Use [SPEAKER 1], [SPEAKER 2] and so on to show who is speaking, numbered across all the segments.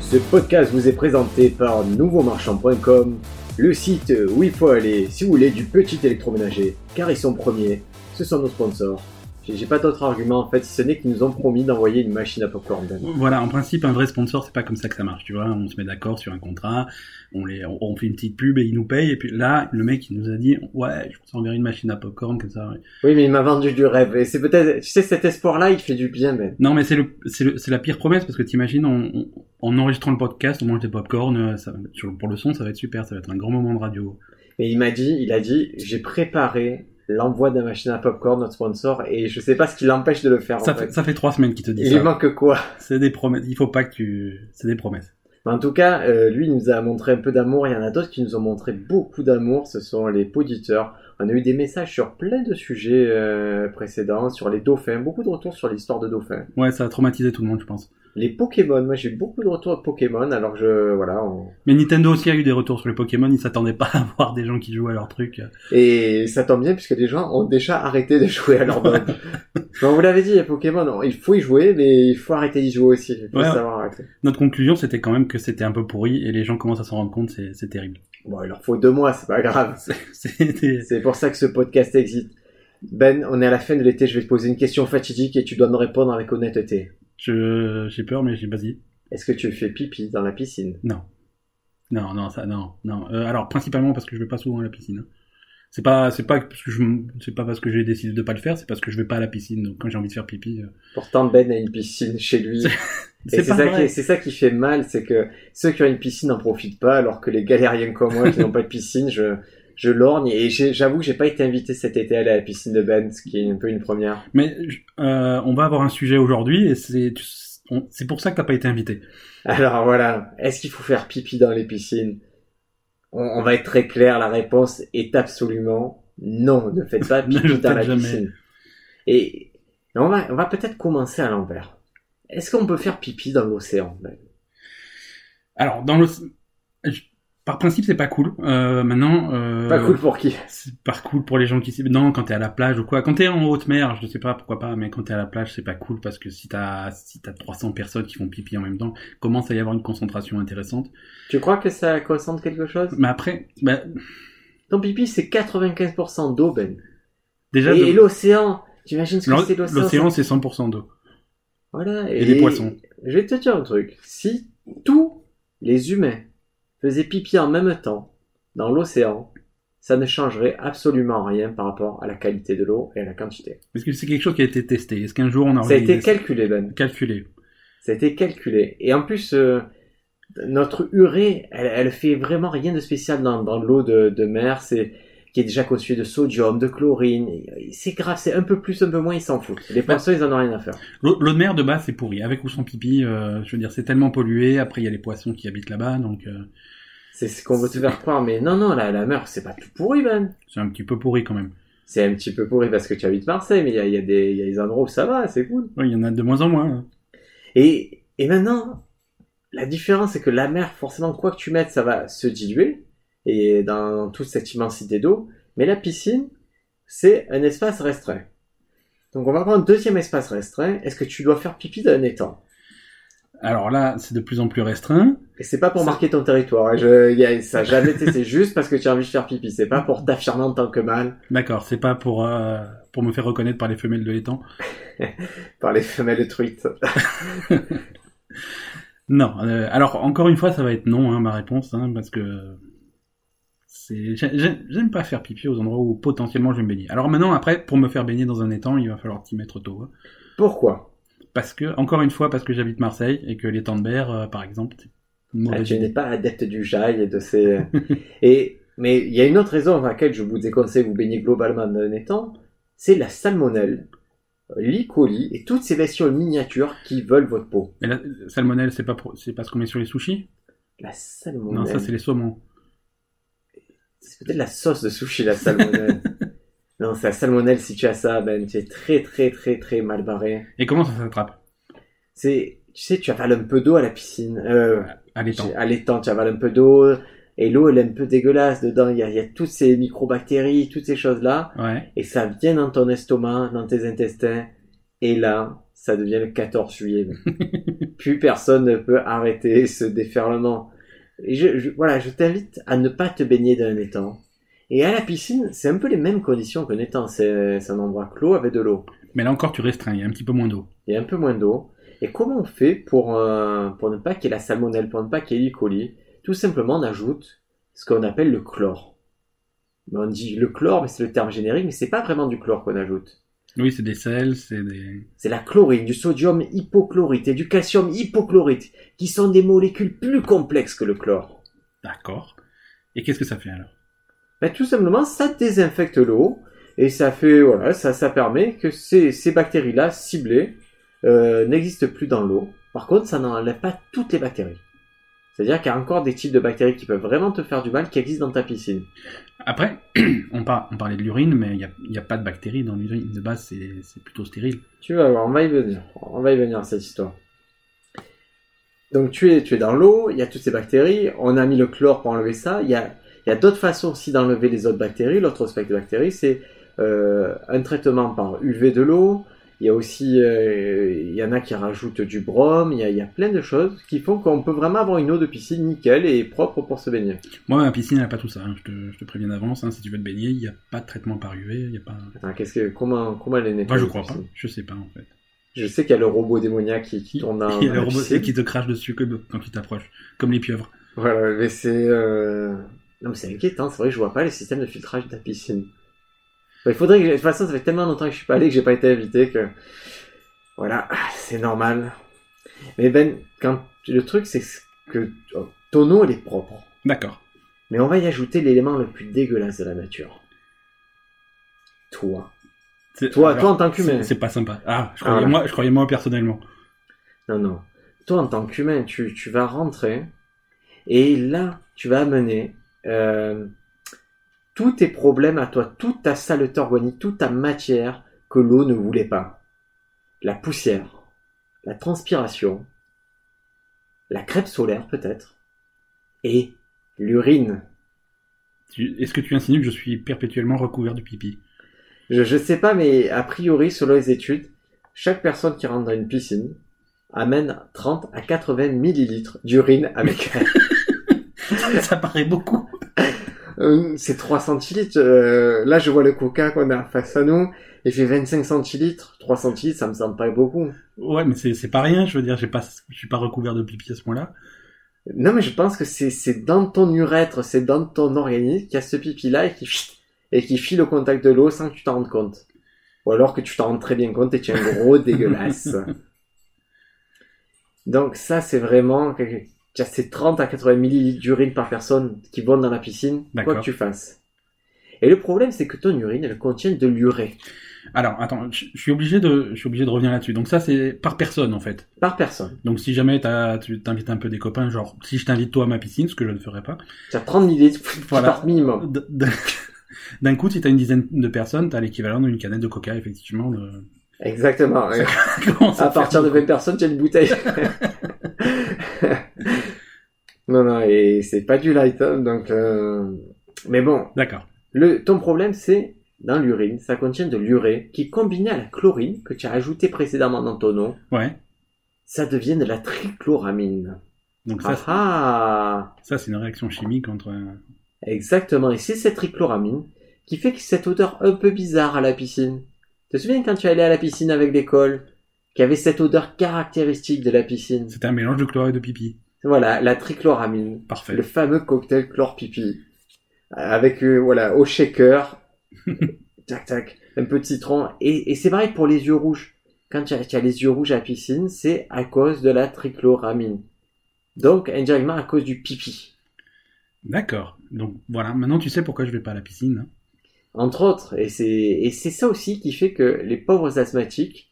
[SPEAKER 1] Ce podcast vous est présenté par nouveaumarchand.com, le site où il faut aller si vous voulez du petit électroménager, car ils sont premiers, ce sont nos sponsors. J'ai j'ai pas d'autre argument en fait, si ce n'est qu'ils nous ont promis d'envoyer une machine à popcorn. Dan.
[SPEAKER 2] Voilà, en principe, un vrai sponsor, c'est pas comme ça que ça marche, tu vois. On se met d'accord sur un contrat, on, les, on, on fait une petite pub et ils nous payent. Et puis là, le mec, il nous a dit, ouais, je vous enverrai une machine à popcorn comme ça. ouais.
[SPEAKER 1] Oui, mais il m'a vendu du rêve, et c'est peut-être, tu sais, cet espoir-là, il fait du bien, mais.
[SPEAKER 2] Non, mais c'est le, c'est le- c'est la pire promesse parce que t'imagines, on, on- en enregistrant le podcast, on mange des popcorn, euh, ça, sur, pour le son, ça va être super, ça va être un grand moment de radio.
[SPEAKER 1] Mais il m'a dit, il a dit, j'ai préparé l'envoi de la machine à popcorn, notre sponsor, et je sais pas ce qui l'empêche de le faire.
[SPEAKER 2] Ça
[SPEAKER 1] Ah, en
[SPEAKER 2] fait,
[SPEAKER 1] fait.
[SPEAKER 2] ça fait trois semaines qu'il te dit
[SPEAKER 1] Il lui
[SPEAKER 2] ça.
[SPEAKER 1] manque quoi
[SPEAKER 2] C'est des promesses. Il faut pas que tu. C'est des promesses.
[SPEAKER 1] Mais En tout cas, euh, lui, il nous a montré un peu d'amour. Il y en a d'autres qui nous ont montré beaucoup d'amour. Ce sont les poditeurs. On a eu des messages sur plein de sujets euh, précédents, sur les dauphins. Beaucoup de retours sur l'histoire de dauphins.
[SPEAKER 2] Ouais, ça a traumatisé tout le monde, je pense.
[SPEAKER 1] Les Pokémon. Moi, j'ai beaucoup de retours de Pokémon. Alors je, voilà. on-
[SPEAKER 2] Mais Nintendo aussi a eu des retours sur les Pokémon. Ils s'attendaient pas à voir des gens qui jouent à leur truc. euh.
[SPEAKER 1] Et ça tombe bien puisque les gens ont déjà arrêté de jouer à leur mode. Bon, vous l'avez dit, les Pokémon, on- il faut y jouer, mais il faut arrêter d'y jouer aussi. Il faut
[SPEAKER 2] Ouais.
[SPEAKER 1] savoir arrêter.
[SPEAKER 2] Notre conclusion, c'était quand même que c'était un peu pourri et les gens commencent à s'en rendre compte. C'est c'est terrible.
[SPEAKER 1] Bon, il leur faut deux mois, c'est pas grave.
[SPEAKER 2] C'était.
[SPEAKER 1] C'est pour ça que ce podcast existe. Ben, on est à la fin de l'été, je vais te poser une question fatidique et tu dois me répondre avec honnêteté.
[SPEAKER 2] Je j'ai peur, mais j'ai vas-y.
[SPEAKER 1] Est-ce que tu fais pipi dans la piscine
[SPEAKER 2] Non, non, ça, non, non. Euh, alors principalement parce que je vais pas souvent à la piscine. hein. C'est pas, c'est pas parce que je, m- c'est pas parce que j'ai décidé de pas le faire. C'est parce que je vais pas à la piscine. Donc quand j'ai envie de faire pipi, euh,
[SPEAKER 1] Pourtant, Ben a une piscine chez lui. Et c'est
[SPEAKER 2] c'est pas
[SPEAKER 1] ça,
[SPEAKER 2] vrai.
[SPEAKER 1] qui- c'est ça qui fait mal, c'est que ceux qui ont une piscine n'en profitent pas, alors que les galériens comme moi qui n'ont pas de piscine, je, je lorgne. Et j'ai- j'avoue que j'ai pas été invité cet été à aller à la piscine de Ben, ce qui est un peu une première.
[SPEAKER 2] Mais je- euh, on va avoir un sujet aujourd'hui et c'est tu- on- c'est pour ça que t'as pas été invité.
[SPEAKER 1] Alors voilà, est-ce qu'il faut faire pipi dans les piscines on, on va être très clair, la réponse est absolument non. Ne faites pas
[SPEAKER 2] Ne
[SPEAKER 1] pipi
[SPEAKER 2] le
[SPEAKER 1] dans
[SPEAKER 2] faites
[SPEAKER 1] la
[SPEAKER 2] jamais.
[SPEAKER 1] piscine. Et et on va, on va peut-être commencer à l'envers. Est-ce qu'on peut faire pipi dans l'océan Ben
[SPEAKER 2] Euh, Alors dans le je- par principe c'est pas cool. Euh, maintenant euh,
[SPEAKER 1] Pas cool pour qui
[SPEAKER 2] c'est pas cool pour les gens qui non quand t'es à la plage ou quoi. Quand t'es en haute mer, je sais pas pourquoi pas, mais quand t'es à la plage c'est pas cool parce que si t'as si t'as 300 personnes qui font pipi en même temps, commence à y avoir une concentration intéressante.
[SPEAKER 1] Tu crois que ça concentre quelque chose
[SPEAKER 2] Mais après bah,
[SPEAKER 1] Ton pipi, c'est 95% d'eau, Ben.
[SPEAKER 2] déjà
[SPEAKER 1] Et,
[SPEAKER 2] de-
[SPEAKER 1] et l'océan T'imagines ce que c'est
[SPEAKER 2] l'o-
[SPEAKER 1] l'océan
[SPEAKER 2] l'océan
[SPEAKER 1] c'est-
[SPEAKER 2] c'est 100% d'eau
[SPEAKER 1] Voilà.
[SPEAKER 2] et des poissons.
[SPEAKER 1] Je vais te dire un truc. Si tous les humains faisaient pipi en même temps dans l'océan, ça ne changerait absolument rien par rapport à la qualité de l'eau et à la quantité.
[SPEAKER 2] Est-ce que c'est quelque chose qui a été testé Est-ce qu'un jour on a
[SPEAKER 1] Ça a été
[SPEAKER 2] organisé
[SPEAKER 1] calculé, Ben.
[SPEAKER 2] calculé
[SPEAKER 1] Ça a été calculé. Et en plus, euh, notre urée, elle, elle fait vraiment rien de spécial dans, dans l'eau de, de mer, c'est qui est déjà constituée de sodium, de chlorine. Et- et C'est grave, c'est un peu plus, un peu moins, ils s'en foutent. Les
[SPEAKER 2] Bah,
[SPEAKER 1] poissons, ils en ont rien à faire.
[SPEAKER 2] L'eau l'eau de mer de base c'est pourri, avec ou sans pipi, euh, je veux dire c'est tellement pollué. Après il y a les poissons qui habitent là-bas, donc euh,
[SPEAKER 1] C'est ce qu'on veut te faire croire, mais non, non, la, la mer, c'est pas tout pourri, Ben. même.
[SPEAKER 2] c'est un petit peu pourri quand même.
[SPEAKER 1] C'est un petit peu pourri parce que tu habites Marseille, mais il y a, il y, a des- il y a des endroits où ça va, c'est cool.
[SPEAKER 2] Ouais, Il y en a de moins en moins. hein.
[SPEAKER 1] Et, et maintenant, la différence, c'est que la mer, forcément, quoi que tu mettes, ça va se diluer, et dans toute cette immensité d'eau, mais la piscine, c'est un espace restreint. Donc on va prendre un deuxième espace restreint, est-ce que tu dois faire pipi dans un étang
[SPEAKER 2] Alors là c'est de plus en plus restreint.
[SPEAKER 1] Et c'est pas pour
[SPEAKER 2] Ça-
[SPEAKER 1] marquer ton territoire, hein, je, y a- ça a jamais été, c'est juste parce que tu as envie de faire pipi, c'est pas pour t'affirmer en tant que mâle
[SPEAKER 2] D'accord, c'est pas pour euh, pour me faire reconnaître par les femelles de l'étang.
[SPEAKER 1] par les femelles truites.
[SPEAKER 2] Non. euh, alors encore une fois ça va être non hein, ma réponse hein, parce que c'est j'ai- j'ai- j'aime pas faire pipi aux endroits où potentiellement je vais me baigner. Alors maintenant après pour me faire baigner dans un étang il va falloir t'y mettre tôt. hein.
[SPEAKER 1] Pourquoi
[SPEAKER 2] Parce que, encore une fois, parce que j'habite Marseille et que les temps de berre, euh, par exemple, c'est une
[SPEAKER 1] Ah,
[SPEAKER 2] mauvaise
[SPEAKER 1] tu n'es
[SPEAKER 2] idée.
[SPEAKER 1] pas adepte du jail et de ces. et mais il y a une autre raison pour laquelle je vous déconseille de vous baigner globalement dans un étang, c'est la salmonelle, l'E. coli et toutes ces versions miniatures qui veulent votre peau.
[SPEAKER 2] Mais la salmonelle, c'est pas, pour- c'est pas ce qu'on met sur les sushis
[SPEAKER 1] La
[SPEAKER 2] Non,
[SPEAKER 1] salmonelle.
[SPEAKER 2] ça, c'est les saumons.
[SPEAKER 1] c'est peut-être la sauce de sushi la salmonelle. non, c'est la salmonelle si tu as ça, ben tu es très très très très mal barré.
[SPEAKER 2] Et comment ça s'attrape
[SPEAKER 1] C'est, tu sais, tu avales un peu d'eau à la piscine. Euh,
[SPEAKER 2] À l'étang.
[SPEAKER 1] à l'étang, tu avales un peu d'eau, et l'eau, elle est un peu dégueulasse dedans. Il y a, il y a toutes ces microbactéries, toutes ces choses-là,
[SPEAKER 2] Ouais.
[SPEAKER 1] et ça vient dans ton estomac, dans tes intestins, Et là, ça devient le 14 juillet. Plus personne ne peut arrêter ce déferlement. Et je, je- voilà, je t'invite à ne pas te baigner dans un étang. Et à la piscine, c'est un peu les mêmes conditions qu'un étang. C'est c'est un endroit clos avec de l'eau.
[SPEAKER 2] Mais là encore, tu restreins, il y a un petit peu moins d'eau.
[SPEAKER 1] Il y a un peu moins d'eau. Et comment on fait pour, euh, pour ne pas qu'il y ait la salmonelle, pour ne pas qu'il y ait E. coli Tout simplement, on ajoute ce qu'on appelle le chlore. Mais on dit le chlore, mais c'est le terme générique, mais c'est pas vraiment du chlore qu'on ajoute.
[SPEAKER 2] Oui, c'est des sels, c'est des...
[SPEAKER 1] C'est la chlorine, du sodium hypochlorite et du calcium hypochlorite, qui sont des molécules plus complexes que le chlore.
[SPEAKER 2] D'accord. Et qu'est-ce que ça fait alors
[SPEAKER 1] Ben, tout simplement, ça désinfecte l'eau et ça fait, voilà, ça, ça permet que ces, ces bactéries-là ciblées euh, n'existent plus dans l'eau. Par contre, ça n'enlève pas toutes les bactéries. C'est-à-dire qu'il y a encore des types de bactéries qui peuvent vraiment te faire du mal qui existent dans ta piscine.
[SPEAKER 2] Après, on, par- on parlait de l'urine, mais il n'y a, il y a pas de bactéries dans l'urine. De base, c'est c'est plutôt stérile.
[SPEAKER 1] Tu vas voir, on va y venir. On va y venir à cette histoire. Donc tu es, tu es dans l'eau, il y a toutes ces bactéries, on a mis le chlore pour enlever ça, il y a, il y a d'autres façons aussi d'enlever les autres bactéries, l'autre spectre de bactéries, c'est euh, un traitement par UV de l'eau, il y a aussi, euh, il y en a qui rajoutent du brome, il y a, il y a plein de choses qui font qu'on peut vraiment avoir une eau de piscine nickel et propre pour se baigner.
[SPEAKER 2] Moi, ma piscine, elle n'a pas tout ça. hein. Je, te, je te préviens d'avance. hein. Si tu veux te baigner, il n'y a pas de traitement par UV. Il y a pas...
[SPEAKER 1] Attends, Ah, qu'est-ce que, comment, comment elle est née
[SPEAKER 2] Enfin, je
[SPEAKER 1] cette
[SPEAKER 2] crois pas.
[SPEAKER 1] piscine
[SPEAKER 2] Je sais pas, en fait.
[SPEAKER 1] Je sais qu'il y a le robot démoniaque qui, qui
[SPEAKER 2] Il
[SPEAKER 1] tourne dans
[SPEAKER 2] il y a
[SPEAKER 1] dans
[SPEAKER 2] le
[SPEAKER 1] la
[SPEAKER 2] robot
[SPEAKER 1] piscine.
[SPEAKER 2] qui te crache dessus que- quand tu t'approches. Comme les pieuvres.
[SPEAKER 1] Voilà, mais c'est. Euh... Non, mais c'est inquiétant, c'est vrai que je vois pas les systèmes de filtrage de ta piscine. Enfin, il faudrait que. De toute façon, ça fait tellement longtemps que je suis pas allé que j'ai pas été invité que. Voilà, c'est normal. Mais Ben, quand... le truc, c'est que oh, ton eau, elle est propre.
[SPEAKER 2] D'accord.
[SPEAKER 1] Mais on va y ajouter l'élément le plus dégueulasse de la nature. Toi.
[SPEAKER 2] C'est-
[SPEAKER 1] Toi,
[SPEAKER 2] alors,
[SPEAKER 1] toi en tant qu'humain.
[SPEAKER 2] c'est- C'est pas sympa. Ah, je
[SPEAKER 1] Ah,
[SPEAKER 2] croyais,
[SPEAKER 1] voilà.
[SPEAKER 2] moi, je croyais moi personnellement.
[SPEAKER 1] Non, non. Toi, en tant qu'humain, tu, tu vas rentrer et là, tu vas amener euh, tous tes problèmes à toi, toute ta saleté organique, toute ta matière que l'eau ne voulait pas. La poussière, la transpiration, la crêpe solaire peut-être, et l'urine.
[SPEAKER 2] Tu- Est-ce que tu insinues que je suis perpétuellement recouvert du pipi
[SPEAKER 1] Je, je sais pas, mais a priori, selon les études, chaque personne qui rentre dans une piscine amène 30 à 80 millilitres d'urine avec elle.
[SPEAKER 2] Ça paraît beaucoup.
[SPEAKER 1] Euh, c'est 3 centilitres. euh, là, je vois le coca qu'on a face à nous. Il fait 25 centilitres. 3 centilitres, ça me semble pas beaucoup.
[SPEAKER 2] Ouais, mais c'est c'est pas rien. Je veux dire, j'ai pas, je suis pas recouvert de pipi à ce point-là.
[SPEAKER 1] Non, mais je pense que c'est, c'est dans ton urètre, c'est dans ton organisme qu'il y a ce pipi-là et qui, chut, et qui file au contact de l'eau sans que tu t'en rendes compte. Ou alors que tu t'en rendes très bien compte et tu es un gros dégueulasse. Donc ça, c'est vraiment... quelque- Tu as ces 30 à 80 millilitres d'urine par personne qui vont dans la piscine, quoi
[SPEAKER 2] D'accord.
[SPEAKER 1] que tu fasses. Et le problème, c'est que ton urine, elle contient de l'urée
[SPEAKER 2] Alors, attends, je je suis obligé de, je suis obligé de revenir là-dessus. Donc ça, c'est par personne en fait.
[SPEAKER 1] par personne.
[SPEAKER 2] Donc si jamais t'as- tu t'invites un peu des copains, genre si je t'invite toi à ma piscine, ce que je ne ferai pas,
[SPEAKER 1] Tu as 30 millilitres
[SPEAKER 2] Voilà.
[SPEAKER 1] par minimum.
[SPEAKER 2] d- d- d'un coup, si t'as une dizaine de personnes, t'as l'équivalent d'une canette de coca, effectivement. De...
[SPEAKER 1] Exactement.
[SPEAKER 2] C'est- Comment ça
[SPEAKER 1] à
[SPEAKER 2] fait
[SPEAKER 1] partir de 20 personnes, tu as une bouteille. non, non, et c'est pas du light, hein, donc. euh, Mais bon,
[SPEAKER 2] D'accord.
[SPEAKER 1] le, ton problème, c'est dans l'urine, ça contient de l'urée qui, combinée à la chlorine que tu as ajoutée précédemment dans ton eau,
[SPEAKER 2] Ouais.
[SPEAKER 1] ça devient de la trichloramine.
[SPEAKER 2] Donc
[SPEAKER 1] Ah
[SPEAKER 2] ça,
[SPEAKER 1] ah
[SPEAKER 2] ça c'est une réaction chimique entre. un-
[SPEAKER 1] Exactement, et c'est cette trichloramine qui fait que cette odeur un peu bizarre à la piscine. Tu te souviens quand tu allais à la piscine avec l'école, qu'il y avait cette odeur caractéristique de la piscine
[SPEAKER 2] C'était un mélange de chlore et de pipi.
[SPEAKER 1] Voilà, la trichloramine.
[SPEAKER 2] Parfait.
[SPEAKER 1] le fameux cocktail chlore pipi avec euh, voilà au shaker tac tac un peu de citron et, et c'est pareil pour les yeux rouges quand tu as, tu as les yeux rouges à la piscine c'est à cause de la trichloramine donc indirectement à cause du pipi
[SPEAKER 2] D'accord. Donc voilà. Maintenant, tu sais pourquoi je vais pas à la piscine. hein.
[SPEAKER 1] entre autres et c'est et c'est ça aussi qui fait que les pauvres asthmatiques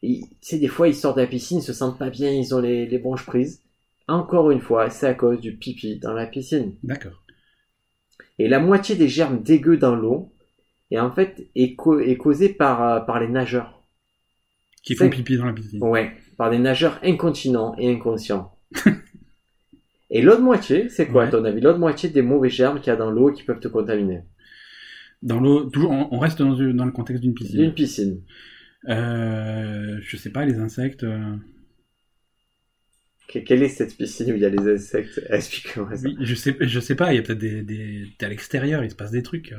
[SPEAKER 1] ils- tu sais des fois ils sortent de la piscine ils se sentent pas bien ils ont les, les bronches prises encore une fois c'est à cause du pipi dans la piscine
[SPEAKER 2] D'accord.
[SPEAKER 1] et la moitié des germes dégueux dans l'eau est en fait est, co- est causée par, euh, par les nageurs.
[SPEAKER 2] Qui
[SPEAKER 1] C'est- Oh.
[SPEAKER 2] font pipi dans la piscine.
[SPEAKER 1] Ouais, par des nageurs incontinents et inconscients. et l'autre moitié, c'est quoi à
[SPEAKER 2] Ouais.
[SPEAKER 1] ton avis L'autre moitié des mauvais germes qu'il y a dans l'eau et qui peuvent te contaminer.
[SPEAKER 2] Dans l'eau. Toujours. On, on reste dans, dans le contexte d'une piscine.
[SPEAKER 1] D'une piscine.
[SPEAKER 2] Euh, je sais pas, les insectes. euh,
[SPEAKER 1] Que- Quelle est cette piscine où il y a les insectes Explique-moi ça.
[SPEAKER 2] oui, je sais, je sais pas. Il y a peut-être des, des t'es à l'extérieur, il se passe des trucs. euh.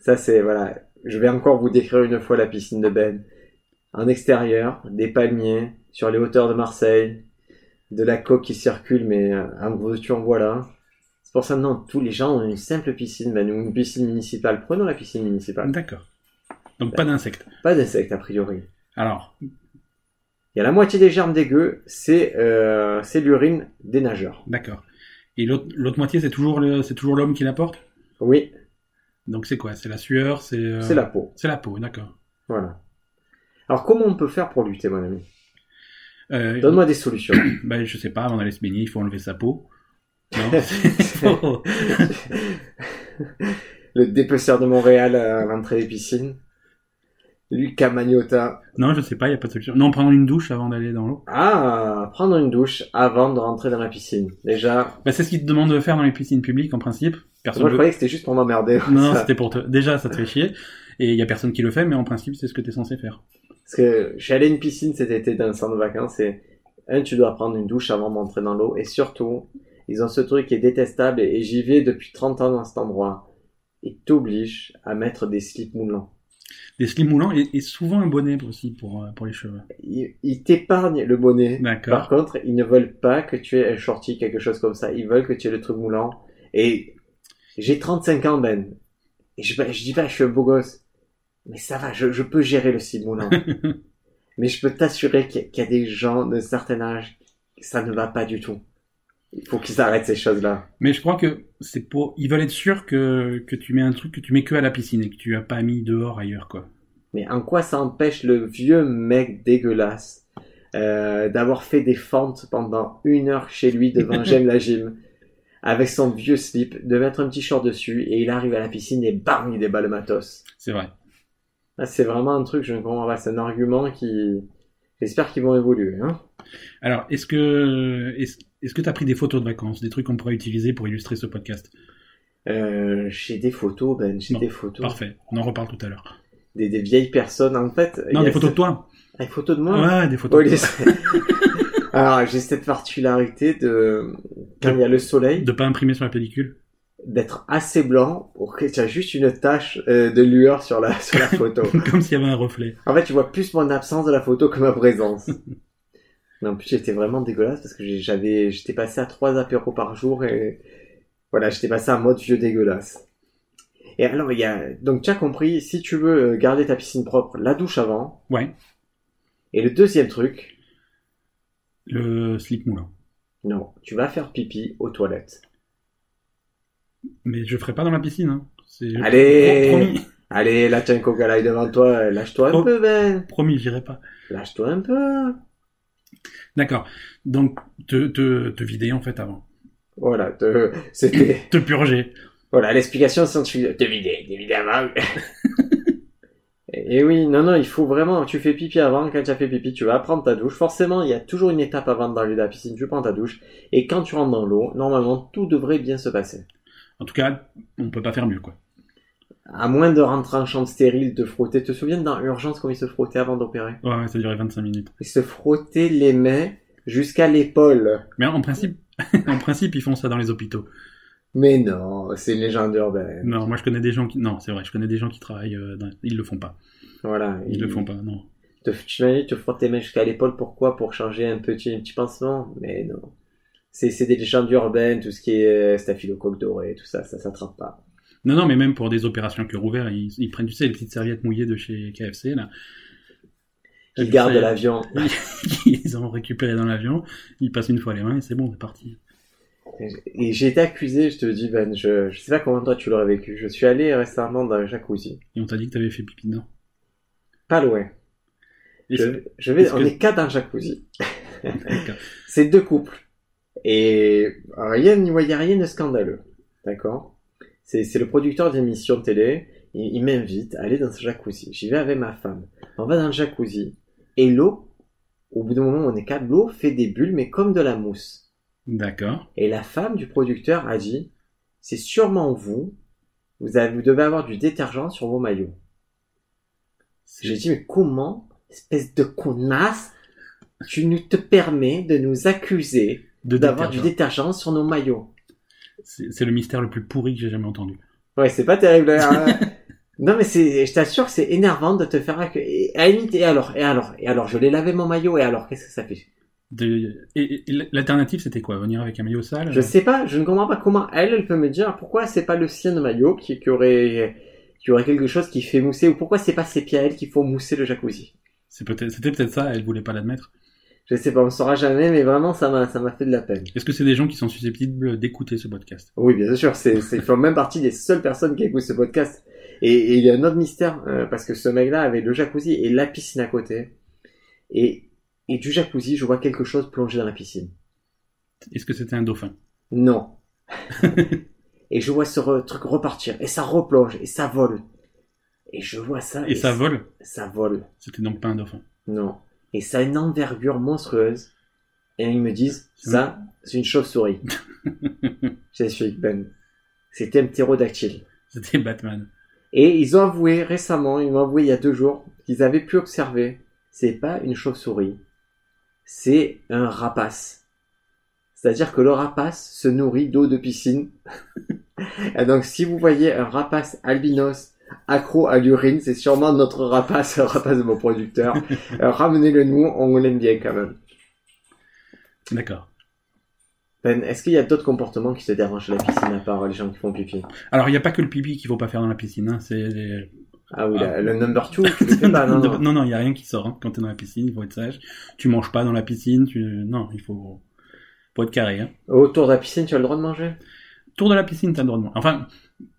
[SPEAKER 1] Ça, c'est, voilà. Je vais encore vous décrire une fois la piscine de Ben. Un extérieur, des palmiers, sur les hauteurs de Marseille, de la coque qui circule, mais euh, un gros tu en voilà. C'est pour ça maintenant, tous les gens ont une simple piscine, Ben, ou une piscine municipale. Prenons la piscine municipale.
[SPEAKER 2] D'accord. Donc pas d'insectes.
[SPEAKER 1] Pas d'insectes, a priori.
[SPEAKER 2] Alors,
[SPEAKER 1] Il y a la moitié des germes dégueux, c'est, euh, c'est l'urine des nageurs.
[SPEAKER 2] d'accord. Et l'autre l'autre moitié, c'est toujours le, c'est toujours l'homme qui l'apporte.
[SPEAKER 1] Oui,
[SPEAKER 2] Donc c'est quoi C'est la sueur, c'est. euh,
[SPEAKER 1] c'est la peau.
[SPEAKER 2] C'est la peau, d'accord.
[SPEAKER 1] Voilà. Alors, comment on peut faire pour lutter, mon ami
[SPEAKER 2] Euh,
[SPEAKER 1] Donne-moi des solutions.
[SPEAKER 2] bah, je sais pas. Avant d'aller se baigner, il faut enlever sa peau. Non. Faut-
[SPEAKER 1] le dépeceur de Montréal à l'entrée des piscines. Lucas Magnotta.
[SPEAKER 2] non, je sais pas. Il y a pas de solution. Non, prendre une douche avant d'aller dans l'eau.
[SPEAKER 1] Ah, prendre une douche avant de rentrer dans la piscine. Déjà,
[SPEAKER 2] Bah, c'est ce qu'ils te demandent de faire dans les piscines publiques en principe. Personne
[SPEAKER 1] moi je
[SPEAKER 2] veut-
[SPEAKER 1] croyais que c'était juste pour m'emmerder.
[SPEAKER 2] Non,
[SPEAKER 1] Ça.
[SPEAKER 2] c'était pour te. Déjà, ça te fait chier. Et il y a personne qui le fait, mais en principe, c'est ce que t'es censé faire.
[SPEAKER 1] Parce que je suis allé à une piscine cet été dans un centre de vacances et un, tu dois prendre une douche avant d'entrer dans l'eau et surtout, ils ont ce truc qui est détestable et, et j'y vais depuis 30 ans dans cet endroit. Ils t'obligent à mettre des slips moulants.
[SPEAKER 2] Des slips moulants et, et souvent un bonnet aussi pour, euh, pour les cheveux.
[SPEAKER 1] Ils, ils t'épargnent le bonnet. Par
[SPEAKER 2] D'accord.
[SPEAKER 1] contre, ils ne veulent pas que tu aies un shorty, quelque chose comme ça. Ils veulent que tu aies le truc moulant. Et j'ai 35 ans, Ben. Et je, je dis pas, je suis un beau gosse. Mais ça va, je, je peux gérer le slip moulant. Mais je peux t'assurer qu'il y, a- qu'il y a des gens d'un certain âge, ça ne va pas du tout. Il faut qu'ils arrêtent ces choses-là.
[SPEAKER 2] Mais je crois que c'est pour. Ils veulent être sûrs que, que tu mets un truc que tu mets que à la piscine et que tu as pas mis dehors ailleurs, quoi.
[SPEAKER 1] Mais en quoi ça empêche le vieux mec dégueulasse euh, d'avoir fait des fentes pendant une heure chez lui devant J'aime la gym avec son vieux slip, de mettre un petit short dessus et il arrive à la piscine et bam, il déballe le matos.
[SPEAKER 2] C'est vrai.
[SPEAKER 1] Ah, c'est vraiment un truc, je ne comprends pas, c'est un argument qui... J'espère qu'ils vont évoluer. Hein
[SPEAKER 2] Alors, est-ce que. Est-ce est-ce que t'as pris des photos de vacances, des trucs qu'on pourrait utiliser pour illustrer ce podcast
[SPEAKER 1] euh, j'ai des photos, Ben, j'ai
[SPEAKER 2] Non,
[SPEAKER 1] des photos.
[SPEAKER 2] Parfait, on en reparle tout à l'heure.
[SPEAKER 1] Des, des vieilles personnes, en fait. il
[SPEAKER 2] Non,
[SPEAKER 1] y a
[SPEAKER 2] des photos de
[SPEAKER 1] cette-
[SPEAKER 2] toi
[SPEAKER 1] Ah, Des photos de moi
[SPEAKER 2] Ouais, des
[SPEAKER 1] Oh,
[SPEAKER 2] photos de
[SPEAKER 1] les-
[SPEAKER 2] toi.
[SPEAKER 1] Alors, Ah, j'ai cette particularité de... Quand il y a le soleil,
[SPEAKER 2] De pas imprimer sur la pellicule
[SPEAKER 1] d'être assez blanc pour que tu as juste une tache euh, de lueur sur la, sur la photo.
[SPEAKER 2] Comme s'il y avait un reflet.
[SPEAKER 1] En fait, tu vois plus mon absence de la photo que ma présence. Mais en plus, j'étais vraiment dégueulasse parce que j'ai- j'avais, j'étais passé à trois apéros par jour et voilà, j'étais passé en mode vieux dégueulasse. Et alors, il y a, donc tu as compris, si tu veux euh, garder ta piscine propre, la douche avant.
[SPEAKER 2] Ouais.
[SPEAKER 1] Et le deuxième truc,
[SPEAKER 2] Le slip moulant.
[SPEAKER 1] non, tu vas faire pipi aux toilettes.
[SPEAKER 2] Mais je ferai pas dans la piscine. Hein. C'est-
[SPEAKER 1] Allez
[SPEAKER 2] Pro- Promis,
[SPEAKER 1] Allez, là, tiens, coca Light devant toi, lâche-toi un
[SPEAKER 2] Oh.
[SPEAKER 1] peu, Ben.
[SPEAKER 2] promis, j'irai pas.
[SPEAKER 1] Lâche-toi un peu.
[SPEAKER 2] D'accord. Donc, te, te, te vider en fait avant.
[SPEAKER 1] Voilà, te- c'était
[SPEAKER 2] Te purger.
[SPEAKER 1] voilà l'explication scientifique. Te vider, te vider avant. Et et oui, non, non, il faut vraiment. Tu fais pipi avant. Quand tu as fait pipi, tu vas prendre ta douche. Forcément, il y a toujours une étape avant d'arriver à la piscine. Tu prends ta douche et quand tu rentres dans l'eau, normalement, tout devrait bien se passer.
[SPEAKER 2] En tout cas, on peut pas faire mieux quoi.
[SPEAKER 1] À moins de rentrer en chambre stérile, de frotter. Te souviens dans Urgence comment ils se frottaient avant d'opérer
[SPEAKER 2] Ouais, ouais, ça durait 25 minutes.
[SPEAKER 1] Ils se frottaient les mains jusqu'à l'épaule.
[SPEAKER 2] Mais en principe, en principe, ils font ça dans les hôpitaux.
[SPEAKER 1] Mais non, c'est une légende urbaine.
[SPEAKER 2] Non, moi je connais des gens qui. Non, c'est vrai, je connais des gens qui travaillent. euh, dans- Ils le font pas.
[SPEAKER 1] Voilà.
[SPEAKER 2] Ils le font pas. Non.
[SPEAKER 1] Te- Tu imagines, tu frottes tes mains jusqu'à l'épaule, pourquoi Pour changer un petit, un petit pansement Mais non. C'est c'est des légendes urbaines, tout ce qui est euh, staphylocoque doré, tout ça, ça s'attrape pas.
[SPEAKER 2] Non, non, mais même pour des opérations cœur ouvert, ils, ils prennent, tu sais, les petites serviettes mouillées de chez KFC là.
[SPEAKER 1] Ils
[SPEAKER 2] Je
[SPEAKER 1] gardent
[SPEAKER 2] sais,
[SPEAKER 1] l'avion.
[SPEAKER 2] Ils ont récupéré dans l'avion. Ils passent une fois les mains et c'est bon, c'est parti.
[SPEAKER 1] Et j'ai été accusé, je te dis, Ben, je, je sais pas comment toi tu l'aurais vécu. Je suis allé récemment dans un jacuzzi.
[SPEAKER 2] Et on t'a dit que t'avais fait pipi dedans.
[SPEAKER 1] Pas loin.
[SPEAKER 2] Et
[SPEAKER 1] Je,
[SPEAKER 2] c'est-
[SPEAKER 1] je vais,
[SPEAKER 2] est-ce
[SPEAKER 1] on
[SPEAKER 2] que-
[SPEAKER 1] est quatre dans le jacuzzi.
[SPEAKER 2] D'accord.
[SPEAKER 1] C'est deux couples. Et rien, il n'y a rien de scandaleux. D'accord C'est c'est le producteur d'émissions télé. Il, il m'invite à aller dans ce jacuzzi. J'y vais avec ma femme. On va dans le jacuzzi. Et l'eau, au bout d'un moment, on est quatre, l'eau fait des bulles, mais comme de la mousse.
[SPEAKER 2] D'accord.
[SPEAKER 1] Et la femme du producteur a dit, c'est sûrement vous. Vous, avez, vous devez avoir du détergent sur vos maillots.
[SPEAKER 2] C'est-
[SPEAKER 1] J'ai dit, mais comment espèce de connasse, tu nous te permets de nous accuser
[SPEAKER 2] De
[SPEAKER 1] d'avoir du
[SPEAKER 2] détergent.
[SPEAKER 1] détergent sur nos maillots.
[SPEAKER 2] C'est c'est le mystère le plus pourri que j'ai jamais entendu.
[SPEAKER 1] Ouais, c'est pas terrible. hein. non, mais c'est, je t'assure, c'est énervant de te faire accueillir. Et, à la limite, et alors, et alors, et alors, je l'ai lavé mon maillot, et alors, qu'est-ce que ça fait
[SPEAKER 2] De... Et, et l'alternative, c'était quoi Venir avec un maillot sale
[SPEAKER 1] Je sais pas, je ne comprends pas comment elle, elle peut me dire pourquoi c'est pas le sien de maillot qui, qui aurait, qui aurait quelque chose qui fait mousser, ou pourquoi c'est pas ses pieds à elle qui font mousser le jacuzzi.
[SPEAKER 2] C'est peut-être- C'était peut-être ça, elle voulait pas l'admettre.
[SPEAKER 1] Je sais pas, on saura jamais, mais vraiment, ça m'a, ça m'a fait de la peine.
[SPEAKER 2] Est-ce que c'est des gens qui sont susceptibles d'écouter ce podcast
[SPEAKER 1] Oui, bien sûr, c'est, c'est, ils font même partie des seules personnes qui écoutent ce podcast. Et, et il y a un autre mystère, euh, parce que ce mec-là avait le jacuzzi et la piscine à côté. Et, et du jacuzzi, je vois quelque chose plonger dans la piscine.
[SPEAKER 2] Est-ce que c'était un dauphin
[SPEAKER 1] Non. et je vois ce re- truc repartir, et ça replonge, et ça vole. Et je vois ça.
[SPEAKER 2] Et ça vole
[SPEAKER 1] Ça vole.
[SPEAKER 2] C'était donc pas un dauphin.
[SPEAKER 1] Non. Et ça a une envergure monstrueuse. Et ils me disent, ça, c'est une chauve-souris. J'ai suis Ben. C'était un ptérodactyle.
[SPEAKER 2] C'était Batman.
[SPEAKER 1] Et ils ont avoué récemment, ils m'ont avoué il y a deux jours, qu'ils avaient pu observer, c'est pas une chauve-souris, c'est un rapace. C'est-à-dire que le rapace se nourrit d'eau de piscine. Et donc si vous voyez un rapace albinos accro à l'urine, c'est sûrement notre rapace, le rapace de mon producteur. Euh, Ramenez-le nous, on l'aime bien quand même.
[SPEAKER 2] D'accord.
[SPEAKER 1] Ben, est-ce qu'il y a d'autres comportements qui te dérangent à la piscine à part les gens qui font pipi
[SPEAKER 2] Alors, il n'y a pas que le pipi qu'il faut pas faire dans la piscine. Hein. C'est les-
[SPEAKER 1] Ah oui,
[SPEAKER 2] Ah.
[SPEAKER 1] la- le number two, tu le fais pas, non, non.
[SPEAKER 2] non, il n'y a rien qui sort hein. quand t'es dans la piscine. Il faut être sage. Tu manges pas dans la piscine. Tu... Non, il faut... faut être carré. Hein.
[SPEAKER 1] Autour de la piscine, tu as le droit de manger
[SPEAKER 2] Tour de la piscine, t'as le droit de manger. Enfin,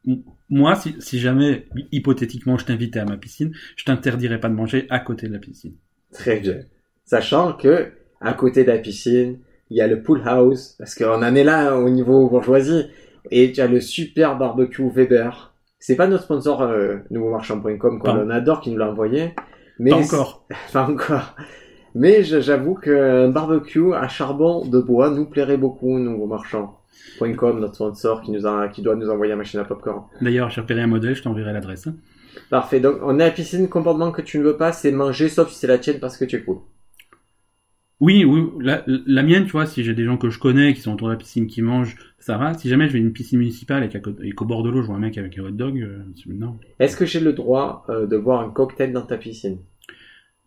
[SPEAKER 2] m- moi, si, si jamais, hypothétiquement, je t'invitais à ma piscine, je t'interdirais pas de manger à côté de la piscine.
[SPEAKER 1] Très bien. Sachant que, à côté de la piscine, il y a le pool house, parce qu'on en est là hein, au niveau bourgeoisie, et tu as le super barbecue Weber. C'est pas notre sponsor euh, nouveaumarchand.com
[SPEAKER 2] Pas-
[SPEAKER 1] qu'on adore qui nous l'a envoyé. Mais
[SPEAKER 2] Pas encore.
[SPEAKER 1] Pas encore. Mais je- j'avoue qu'un barbecue à charbon de bois nous plairait beaucoup, nouveaumarchand.com, notre sponsor qui nous a, qui doit nous envoyer la machine à popcorn.
[SPEAKER 2] D'ailleurs, j'ai repéré un modèle, je t'enverrai l'adresse. hein.
[SPEAKER 1] Parfait. Donc, on est à la piscine, comportement que tu ne veux pas, c'est manger, sauf si c'est la tienne parce que tu es cool.
[SPEAKER 2] Oui, oui, la, la mienne, tu vois, si j'ai des gens que je connais qui sont autour de la piscine qui mangent, ça va. Si jamais je vais à une piscine municipale et qu'à côté- et qu'au bord de l'eau, je vois un mec avec un hot dog, euh, je me dis non.
[SPEAKER 1] Est-ce que j'ai le droit euh, de boire un cocktail dans ta piscine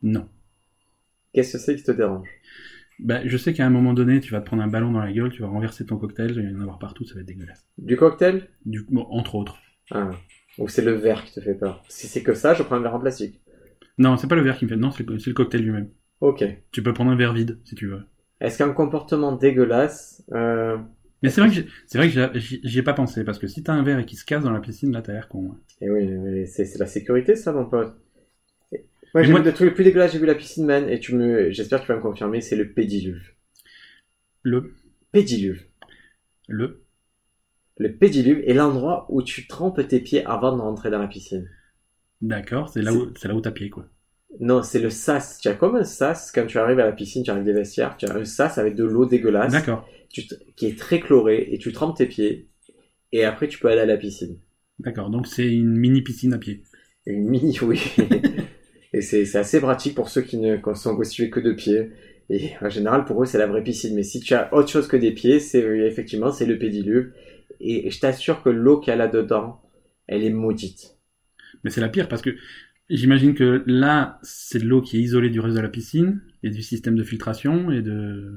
[SPEAKER 2] Non.
[SPEAKER 1] Qu'est-ce que c'est qui te dérange
[SPEAKER 2] Bah, je sais qu'à un moment donné, tu vas te prendre un ballon dans la gueule, tu vas renverser ton cocktail, il va y en avoir partout, ça va être dégueulasse.
[SPEAKER 1] Du cocktail
[SPEAKER 2] Du coup, bon, entre autres.
[SPEAKER 1] ah. Ou c'est le verre qui te fait peur Si c'est que ça, je prends un verre en plastique.
[SPEAKER 2] Non, c'est pas le verre qui me fait, non, c'est le, c'est le cocktail lui-même.
[SPEAKER 1] Ok.
[SPEAKER 2] Tu peux prendre un verre vide, si tu veux.
[SPEAKER 1] Est-ce qu'un comportement dégueulasse... Euh...
[SPEAKER 2] Mais c'est vrai que j'ai- c'est vrai que j'ai- j'y j'y ai pas pensé parce que si t'as un verre et qu'il se casse dans la piscine, là t'as l'air con. hein.
[SPEAKER 1] Eh oui, mais c'est c'est la sécurité ça, mon pote. Et- Moi,
[SPEAKER 2] Mais
[SPEAKER 1] j'ai
[SPEAKER 2] moi-
[SPEAKER 1] vu le truc le plus dégueulasse, j'ai vu la piscine, man, et tu me... j'espère que tu vas me confirmer, c'est le pédiluve.
[SPEAKER 2] Le
[SPEAKER 1] Pédiluve.
[SPEAKER 2] le
[SPEAKER 1] Le pédiluve est l'endroit où tu trempes tes pieds avant de rentrer dans la piscine.
[SPEAKER 2] d'accord, c'est là où c'est là où t'as pied quoi.
[SPEAKER 1] Non, c'est le sas. Tu as comme un sas quand tu arrives à la piscine, tu arrives des vestiaires, tu as un sas avec de l'eau dégueulasse.
[SPEAKER 2] D'accord,
[SPEAKER 1] tu te- qui est très chloré et tu trempes tes pieds et après tu peux aller à la piscine.
[SPEAKER 2] d'accord. Donc c'est une mini piscine à pied.
[SPEAKER 1] Une mini, oui. et c'est c'est assez pratique pour ceux qui ne qui sont constitués que de pieds. Et en général, pour eux, c'est la vraie piscine. Mais si tu as autre chose que des pieds, c'est oui, effectivement c'est le pédiluve. Et je t'assure que l'eau qu'il y a là-dedans, elle est maudite.
[SPEAKER 2] Mais c'est la pire parce que j'imagine que là c'est de l'eau qui est isolée du reste de la piscine et du système de filtration et de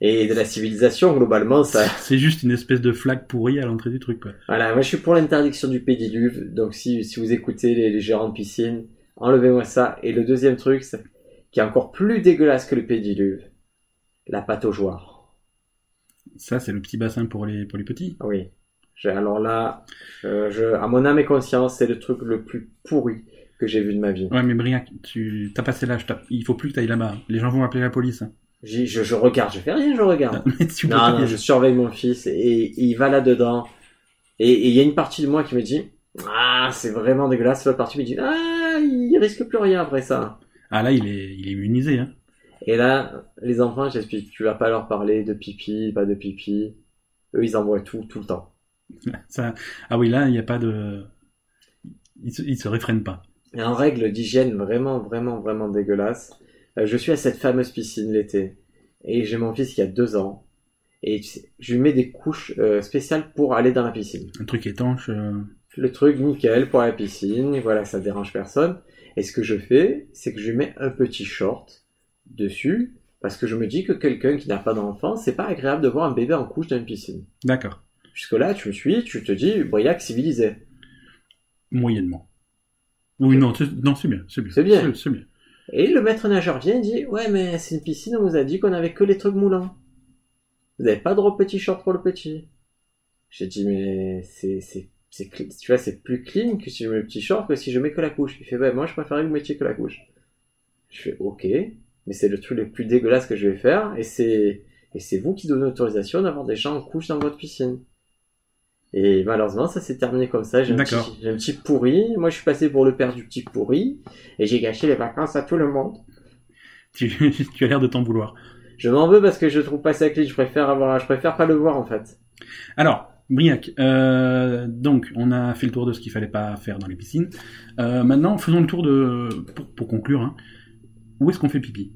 [SPEAKER 1] Et de la civilisation, globalement, ça.
[SPEAKER 2] c'est juste une espèce de flaque pourrie à l'entrée du truc quoi.
[SPEAKER 1] Voilà, moi je suis pour l'interdiction du pédiluve, donc si, si vous écoutez les, les gérants de piscine, enlevez-moi ça. Et le deuxième truc, c'est- qui est encore plus dégueulasse que le pédiluve, la pâte au joueur.
[SPEAKER 2] Ça c'est le petit bassin pour les pour les petits.
[SPEAKER 1] Ah Oui. J'ai- Alors là, euh, je, à mon âme et conscience, c'est le truc le plus pourri que j'ai vu de ma vie.
[SPEAKER 2] Ouais mais Briac, tu t'as passé l'âge, t'as- il faut plus que t'ailles là-bas. Les gens vont appeler la police. hein.
[SPEAKER 1] J'y- Je, je regarde, je fais rien, je regarde.
[SPEAKER 2] Mais Ah, tu peux
[SPEAKER 1] Non,
[SPEAKER 2] pas y
[SPEAKER 1] non,
[SPEAKER 2] aller.
[SPEAKER 1] je surveille mon fils et il va là-dedans. Et et il y a une partie de moi qui me dit Ah, c'est vraiment dégueulasse. L'autre partie me dit Ah, il risque plus rien après ça.
[SPEAKER 2] Ah là il est il est immunisé hein.
[SPEAKER 1] Et là, les enfants, j'explique Tu vas pas leur parler de pipi, pas de pipi. Eux, ils envoient tout, tout le temps.
[SPEAKER 2] Ça... Ah oui, là, il n'y a pas de. Ils se, ils se réfrènent pas.
[SPEAKER 1] Et en règle d'hygiène vraiment, vraiment, vraiment dégueulasse. Euh, je suis à cette fameuse piscine l'été. Et j'ai mon fils qui a deux ans. Et tu sais, je lui mets des couches euh, spéciales pour aller dans la piscine.
[SPEAKER 2] Un truc étanche. euh,
[SPEAKER 1] Le truc nickel pour la piscine. Voilà, ça dérange personne. Et ce que je fais, c'est que je lui mets un petit short dessus. Parce que je me dis que quelqu'un qui n'a pas d'enfant, c'est pas agréable de voir un bébé en couche dans une piscine.
[SPEAKER 2] D'accord.
[SPEAKER 1] Jusque-là, tu me suis, tu te dis, Briac civilisé.
[SPEAKER 2] Moyennement. Oui, non, c'est- non, c'est bien, c'est bien.
[SPEAKER 1] C'est bien.
[SPEAKER 2] C'est bien.
[SPEAKER 1] Et le maître nageur vient et dit Ouais, mais c'est une piscine, on vous a dit qu'on avait que les trucs moulants. Vous n'avez pas de gros petit short pour le petit. J'ai dit Mais c'est, c'est, c'est, cl- tu vois, c'est plus clean que si je mets le petit short que si je mets que la couche. Il fait Ouais, moi je préférais que vous mettiez que la couche. Je fais Ok, mais c'est le truc le plus dégueulasse que je vais faire et c'est, et c'est vous qui donnez l'autorisation d'avoir des gens en couche dans votre piscine. Et malheureusement, ça s'est terminé comme ça. J'ai un,
[SPEAKER 2] D'accord.
[SPEAKER 1] petit, j'ai un petit pourri. Moi, je suis passé pour le père du petit pourri. Et j'ai gâché les vacances à tout le monde.
[SPEAKER 2] Tu, tu as l'air de t'en vouloir.
[SPEAKER 1] Je m'en veux parce que je trouve pas sa clé. Je préfère avoir, je préfère pas le voir en fait.
[SPEAKER 2] Alors, Briac, euh, donc, on a fait le tour de ce qu'il fallait pas faire dans les piscines. Euh, maintenant, faisons le tour de. Pour, pour conclure, hein, où est-ce qu'on fait pipi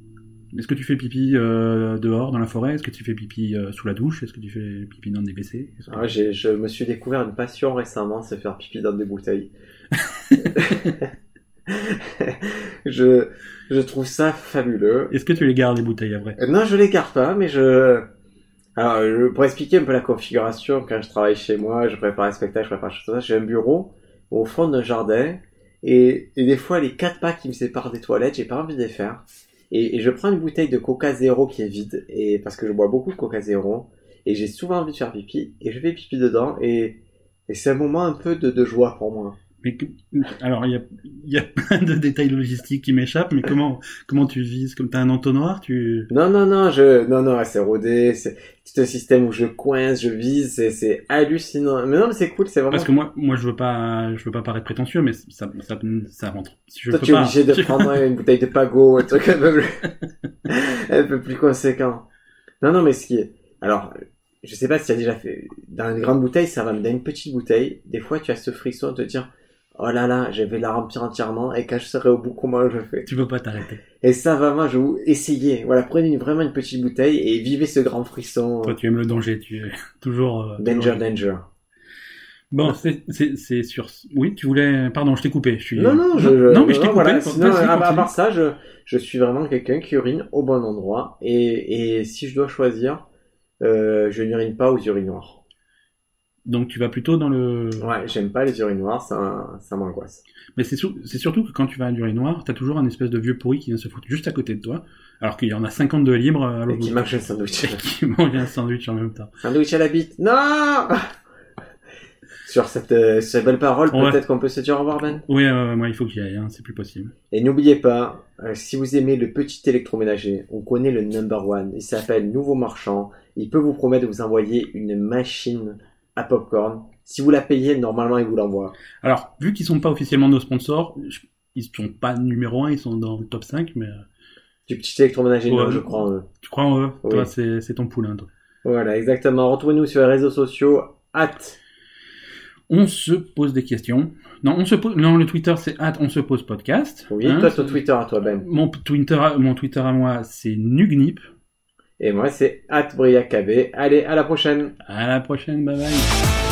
[SPEAKER 2] Est-ce que tu fais pipi euh, dehors, dans la forêt Est-ce que tu fais pipi euh, sous la douche Est-ce que tu fais pipi dans des WC Est-ce que-
[SPEAKER 1] Ah, j'ai- je me suis découvert une passion récemment, c'est faire pipi dans des bouteilles. je, je trouve ça fabuleux.
[SPEAKER 2] Est-ce que tu les gardes les bouteilles après
[SPEAKER 1] Euh, Non, je l'écarte pas, mais je. Alors, je- pour expliquer un peu la configuration, quand je travaille chez moi, je prépare un spectacle, je prépare tout ça, j'ai un bureau au fond d'un jardin, et, et des fois, les quatre pas qui me séparent des toilettes, j'ai pas envie de les faire. Et, et je prends une bouteille de Coca Zéro qui est vide, et parce que je bois beaucoup de Coca Zéro, et j'ai souvent envie de faire pipi, et je fais pipi dedans, et, et c'est un moment un peu de, de joie pour moi.
[SPEAKER 2] Mais que- alors, il y a, il y a plein de détails logistiques qui m'échappent, mais comment, comment tu vises Comme t'as un entonnoir, tu...
[SPEAKER 1] Non, non, non, je, non, non, c'est rodé, c'est c'est un système où je coince, je vise, c'est- c'est hallucinant. Mais non, mais c'est cool, c'est vraiment
[SPEAKER 2] Parce que moi, moi, je veux pas, je veux pas paraître prétentieux, mais ça, ça, ça rentre. Je
[SPEAKER 1] Toi,
[SPEAKER 2] peux
[SPEAKER 1] tu es
[SPEAKER 2] pas-
[SPEAKER 1] obligé de
[SPEAKER 2] je-
[SPEAKER 1] prendre une bouteille de pago, un truc un peu plus, un peu plus conséquent. Non, non, mais ce qui est... Alors, je sais pas si tu as déjà fait... Dans une grande bouteille, ça va me donner une petite bouteille. Des fois, tu as ce frisson de te dire, oh là là, je vais la remplir entièrement, et quand je serai au bout, comment je fais
[SPEAKER 2] Tu peux pas t'arrêter.
[SPEAKER 1] Et ça, vraiment, je vous essayez. Voilà, prenez une- vraiment une petite bouteille et vivez ce grand frisson.
[SPEAKER 2] Toi, tu aimes le danger, tu es toujours. euh,
[SPEAKER 1] Danger,
[SPEAKER 2] toujours-
[SPEAKER 1] danger.
[SPEAKER 2] Bon, c'est- c'est c'est sur. Oui, tu voulais. Pardon, je t'ai coupé. Je suis...
[SPEAKER 1] Non, non, je,
[SPEAKER 2] euh, non,
[SPEAKER 1] je-
[SPEAKER 2] mais je t'ai coupé.
[SPEAKER 1] voilà,
[SPEAKER 2] Vas-y,
[SPEAKER 1] sinon, à, à
[SPEAKER 2] continue.
[SPEAKER 1] part ça, je, je suis vraiment quelqu'un qui urine au bon endroit. Et, et si je dois choisir, euh, je n'urine pas aux urinoirs.
[SPEAKER 2] Donc, tu vas plutôt dans le.
[SPEAKER 1] Ouais, j'aime pas les urinoirs, ça, ça m'angoisse.
[SPEAKER 2] Mais c'est sou- c'est surtout que quand tu vas à l'urinoir, t'as toujours un espèce de vieux pourri qui vient se foutre juste à côté de toi, alors qu'il y en a 52 libres euh, à
[SPEAKER 1] Et
[SPEAKER 2] l'autre
[SPEAKER 1] qui
[SPEAKER 2] bout.
[SPEAKER 1] mange un sandwich.
[SPEAKER 2] Et qui mange un sandwich en même temps.
[SPEAKER 1] sandwich à la bite. Non Sur cette, euh, cette belle parole,
[SPEAKER 2] Ouais.
[SPEAKER 1] peut-être qu'on peut se dire au revoir, Ben.
[SPEAKER 2] Oui, euh, moi, il faut que j'y aille, hein, c'est plus possible.
[SPEAKER 1] Et n'oubliez pas, euh, si vous aimez le petit électroménager, on connaît le number one. Il s'appelle Nouveau Marchand. Il peut vous promettre de vous envoyer une machine à popcorn. Si vous la payez, normalement, il vous l'envoie.
[SPEAKER 2] Alors, vu qu'ils sont pas officiellement nos sponsors, je- ils sont pas numéro 1, ils sont dans le top 5, mais euh,
[SPEAKER 1] Du petit électroménager, non,
[SPEAKER 2] Ouais.
[SPEAKER 1] je crois en eux.
[SPEAKER 2] tu crois en eux
[SPEAKER 1] Oui.
[SPEAKER 2] Toi, c'est c'est ton poulain, toi.
[SPEAKER 1] Voilà, exactement. Retrouvez-nous sur les réseaux sociaux. Hâte.
[SPEAKER 2] On se pose des questions. Non, on se pose. Non, le Twitter, c'est at on se pose podcast.
[SPEAKER 1] Oui,
[SPEAKER 2] Hein,
[SPEAKER 1] toi,
[SPEAKER 2] c'est-
[SPEAKER 1] ton Twitter à toi, Ben.
[SPEAKER 2] Mon p- Twitter, à- mon Twitter à moi, c'est Nugnip.
[SPEAKER 1] Et moi, c'est hâte Briacabé. Allez, à la prochaine.
[SPEAKER 2] À la prochaine, bye bye.